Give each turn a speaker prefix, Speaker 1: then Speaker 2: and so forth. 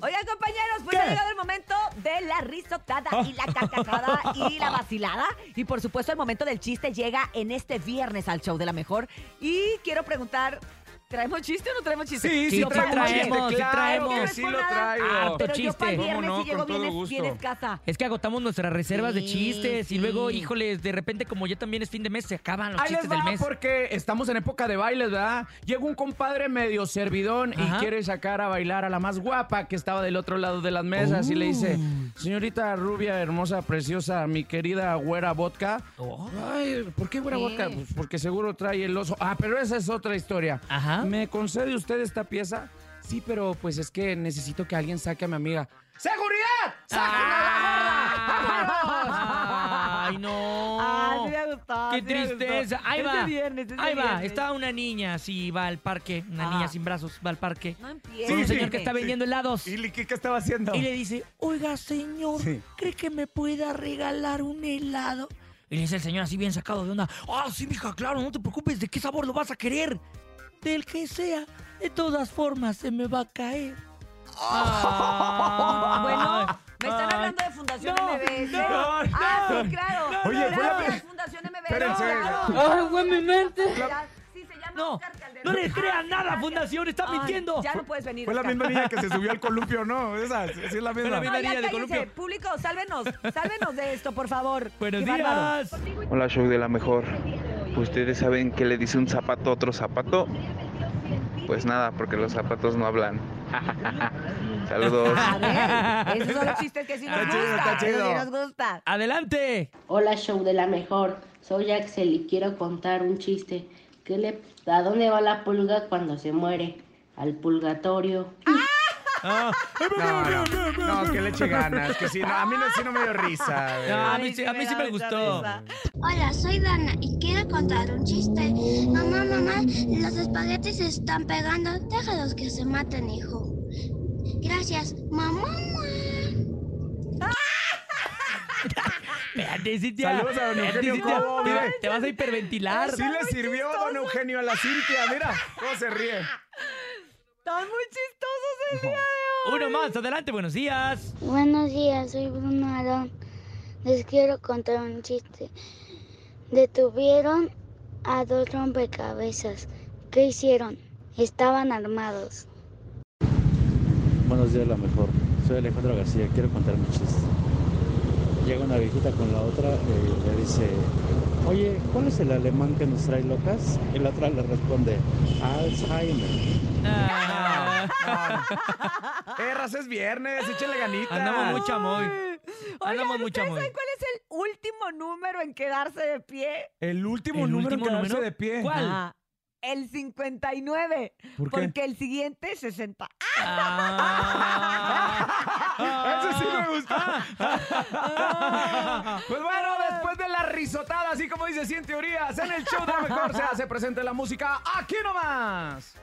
Speaker 1: Oigan, compañeros, pues ha
Speaker 2: ¿Qué?
Speaker 1: llegado el momento de la risotada y
Speaker 3: Ah.
Speaker 1: la cacajada y la vacilada. Y por supuesto, el momento del chiste llega en este viernes al show de la mejor. Y quiero preguntar. ¿Traemos chiste o no traemos chiste?
Speaker 3: Sí, sí
Speaker 1: Yo para el
Speaker 3: traemos,
Speaker 1: chiste.
Speaker 3: sí
Speaker 1: Yo
Speaker 3: traemos.
Speaker 1: no es
Speaker 3: Sí
Speaker 1: por
Speaker 3: lo
Speaker 1: nada,
Speaker 3: traigo. Harto
Speaker 1: Pero yo para
Speaker 3: chiste.
Speaker 1: el viernes
Speaker 3: ¿Cómo no?
Speaker 1: si llego
Speaker 3: Con
Speaker 1: bien,
Speaker 3: todo
Speaker 1: es- bien
Speaker 3: gusto.
Speaker 1: escasa.
Speaker 3: Es que agotamos nuestras reservas de
Speaker 1: Sí,
Speaker 3: chistes
Speaker 1: sí.
Speaker 3: y luego, híjoles, de repente como ya también es fin de mes, se acaban los
Speaker 2: Ahí
Speaker 3: chistes
Speaker 2: les
Speaker 3: del
Speaker 2: va
Speaker 3: mes.
Speaker 2: porque estamos en época de bailes, ¿verdad? Llega un compadre medio servidón
Speaker 3: Ajá.
Speaker 2: y quiere sacar a bailar a la más guapa que estaba del otro lado de las mesas y le dice,
Speaker 3: Oh.
Speaker 2: señorita rubia, hermosa, preciosa, mi querida güera vodka.
Speaker 3: Oh.
Speaker 2: Ay, ¿por qué güera
Speaker 1: Sí.
Speaker 2: vodka? Pues porque seguro trae el oso. Ah, pero esa es otra historia.
Speaker 3: Ajá.
Speaker 2: ¿Me concede usted esta pieza? Sí, pero pues es que necesito que alguien saque a mi amiga. ¡Seguridad! ¡Sáquenla a la gorda!
Speaker 3: ¡Ah! Ay, no.
Speaker 1: Ah, sí me gustó,
Speaker 3: Qué
Speaker 1: sí me
Speaker 3: tristeza.
Speaker 1: gustó.
Speaker 3: Ahí
Speaker 1: Es
Speaker 3: va.
Speaker 1: de viernes, es de
Speaker 3: Ahí va.
Speaker 1: viernes.
Speaker 3: Está una niña así, va al parque. Una
Speaker 1: Ah.
Speaker 3: niña sin brazos, va al parque.
Speaker 1: No
Speaker 3: Con un
Speaker 1: empieces.
Speaker 3: señor que está vendiendo helados.
Speaker 4: ¿Y Liqui qué estaba haciendo?
Speaker 3: Y le dice, oiga, señor,
Speaker 4: Sí.
Speaker 3: ¿cree que me pueda regalar un helado? Y le dice el señor así bien sacado de onda, ah, sí, mija, claro, no te preocupes, ¿de qué sabor lo vas a querer? Del que sea, de todas formas se me va a caer. Ah.
Speaker 4: Ah,
Speaker 1: Bueno,
Speaker 3: bueno,
Speaker 1: me están hablando de Fundación
Speaker 3: No,
Speaker 1: MBS.
Speaker 3: no,
Speaker 1: ah, sí, claro.
Speaker 4: Oye, fue la-
Speaker 1: gracias, Fundación MBS.
Speaker 4: Espérense.
Speaker 1: claro.
Speaker 3: ¡Ay, güey, Ah, mi mente!
Speaker 1: Ya- Sí, se llama
Speaker 3: No,
Speaker 1: Oscar Calderón.
Speaker 3: no le crean
Speaker 1: Ah,
Speaker 3: nada,
Speaker 1: gracias.
Speaker 3: Fundación, está
Speaker 1: Ay,
Speaker 3: mintiendo.
Speaker 1: Ya no puedes venir.
Speaker 4: Fue la
Speaker 1: Oscar.
Speaker 4: misma niña que se subió al columpio, ¿no? Esa, sí es la misma.
Speaker 3: la misma-
Speaker 1: No, ya
Speaker 3: niña de
Speaker 1: cállense,
Speaker 3: columpio.
Speaker 1: público, sálvenos, sálvenos de esto, por favor.
Speaker 3: Buenos
Speaker 1: Qué bárbaro.
Speaker 3: días.
Speaker 5: Hola, show de la mejor. ¿Ustedes saben qué le dice un zapato a otro zapato? Pues nada, porque los zapatos no hablan. Saludos.
Speaker 1: A ver, esos son los chistes que sí nos
Speaker 4: Está chido,
Speaker 1: gustan.
Speaker 4: está
Speaker 1: esos sí
Speaker 4: chido.
Speaker 1: nos gustan.
Speaker 3: Adelante.
Speaker 6: Hola, show de la mejor. Soy Axel y quiero contar un chiste. ¿Qué le, ¿A dónde va la pulga cuando se muere? Al pulgatorio.
Speaker 3: Ah,
Speaker 2: No, no, no, que le eche ganas, que si no, a mí no, sí no me dio risa. güey.
Speaker 3: no, a
Speaker 1: Ay,
Speaker 3: mí, sí- a mí sí
Speaker 1: da
Speaker 3: me
Speaker 1: mucha
Speaker 3: gustó.
Speaker 1: risa.
Speaker 7: Hola, soy Dana y quiero contar un chiste. Mamá, mamá, los espaguetis se están pegando. Déjalos que se maten, hijo. Gracias, mamá.
Speaker 3: Espérate, Cintia.
Speaker 4: Saludos a don
Speaker 3: Espérate,
Speaker 4: Eugenio
Speaker 3: Cintia.
Speaker 4: Cobo,
Speaker 3: Mira,
Speaker 4: mire.
Speaker 3: Te vas a hiperventilar.
Speaker 4: Sí le sirvió don Eugenio a la Cintia, mira, cómo se ríe.
Speaker 1: Están muy chistosos el día de
Speaker 3: Uno más, adelante, buenos días.
Speaker 8: Buenos días, soy Bruno Arón. Les quiero contar un chiste. Detuvieron a dos rompecabezas. ¿Qué hicieron? Estaban armados.
Speaker 9: Buenos días, la mejor. Soy Alejandro García, quiero contar mi chiste. Llega una viejita con la otra y le dice, oye, ¿cuál es el alemán que nos trae locas? Y la otra le responde, Alzheimer.
Speaker 3: Ah,
Speaker 2: Eh,
Speaker 4: Erras, es viernes, échale ganitas.
Speaker 3: andamos mucha muy.
Speaker 1: Oigan,
Speaker 3: Andamos mucha
Speaker 1: ¿ustedes
Speaker 3: muy.
Speaker 1: saben cuál es el último número en quedarse de pie?
Speaker 4: El último
Speaker 3: ¿El
Speaker 4: número en
Speaker 3: último
Speaker 4: quedarse
Speaker 3: número?
Speaker 4: de pie.
Speaker 3: ¿Cuál?
Speaker 1: Ah, el 59.
Speaker 4: ¿Por qué?
Speaker 1: Porque el siguiente es 60.
Speaker 3: Ah.
Speaker 4: Eso sí me gustó.
Speaker 2: Pues bueno, después de la risotada, así como dice Cien Teorías, en el show de la mejor se hace presente la música aquí nomás.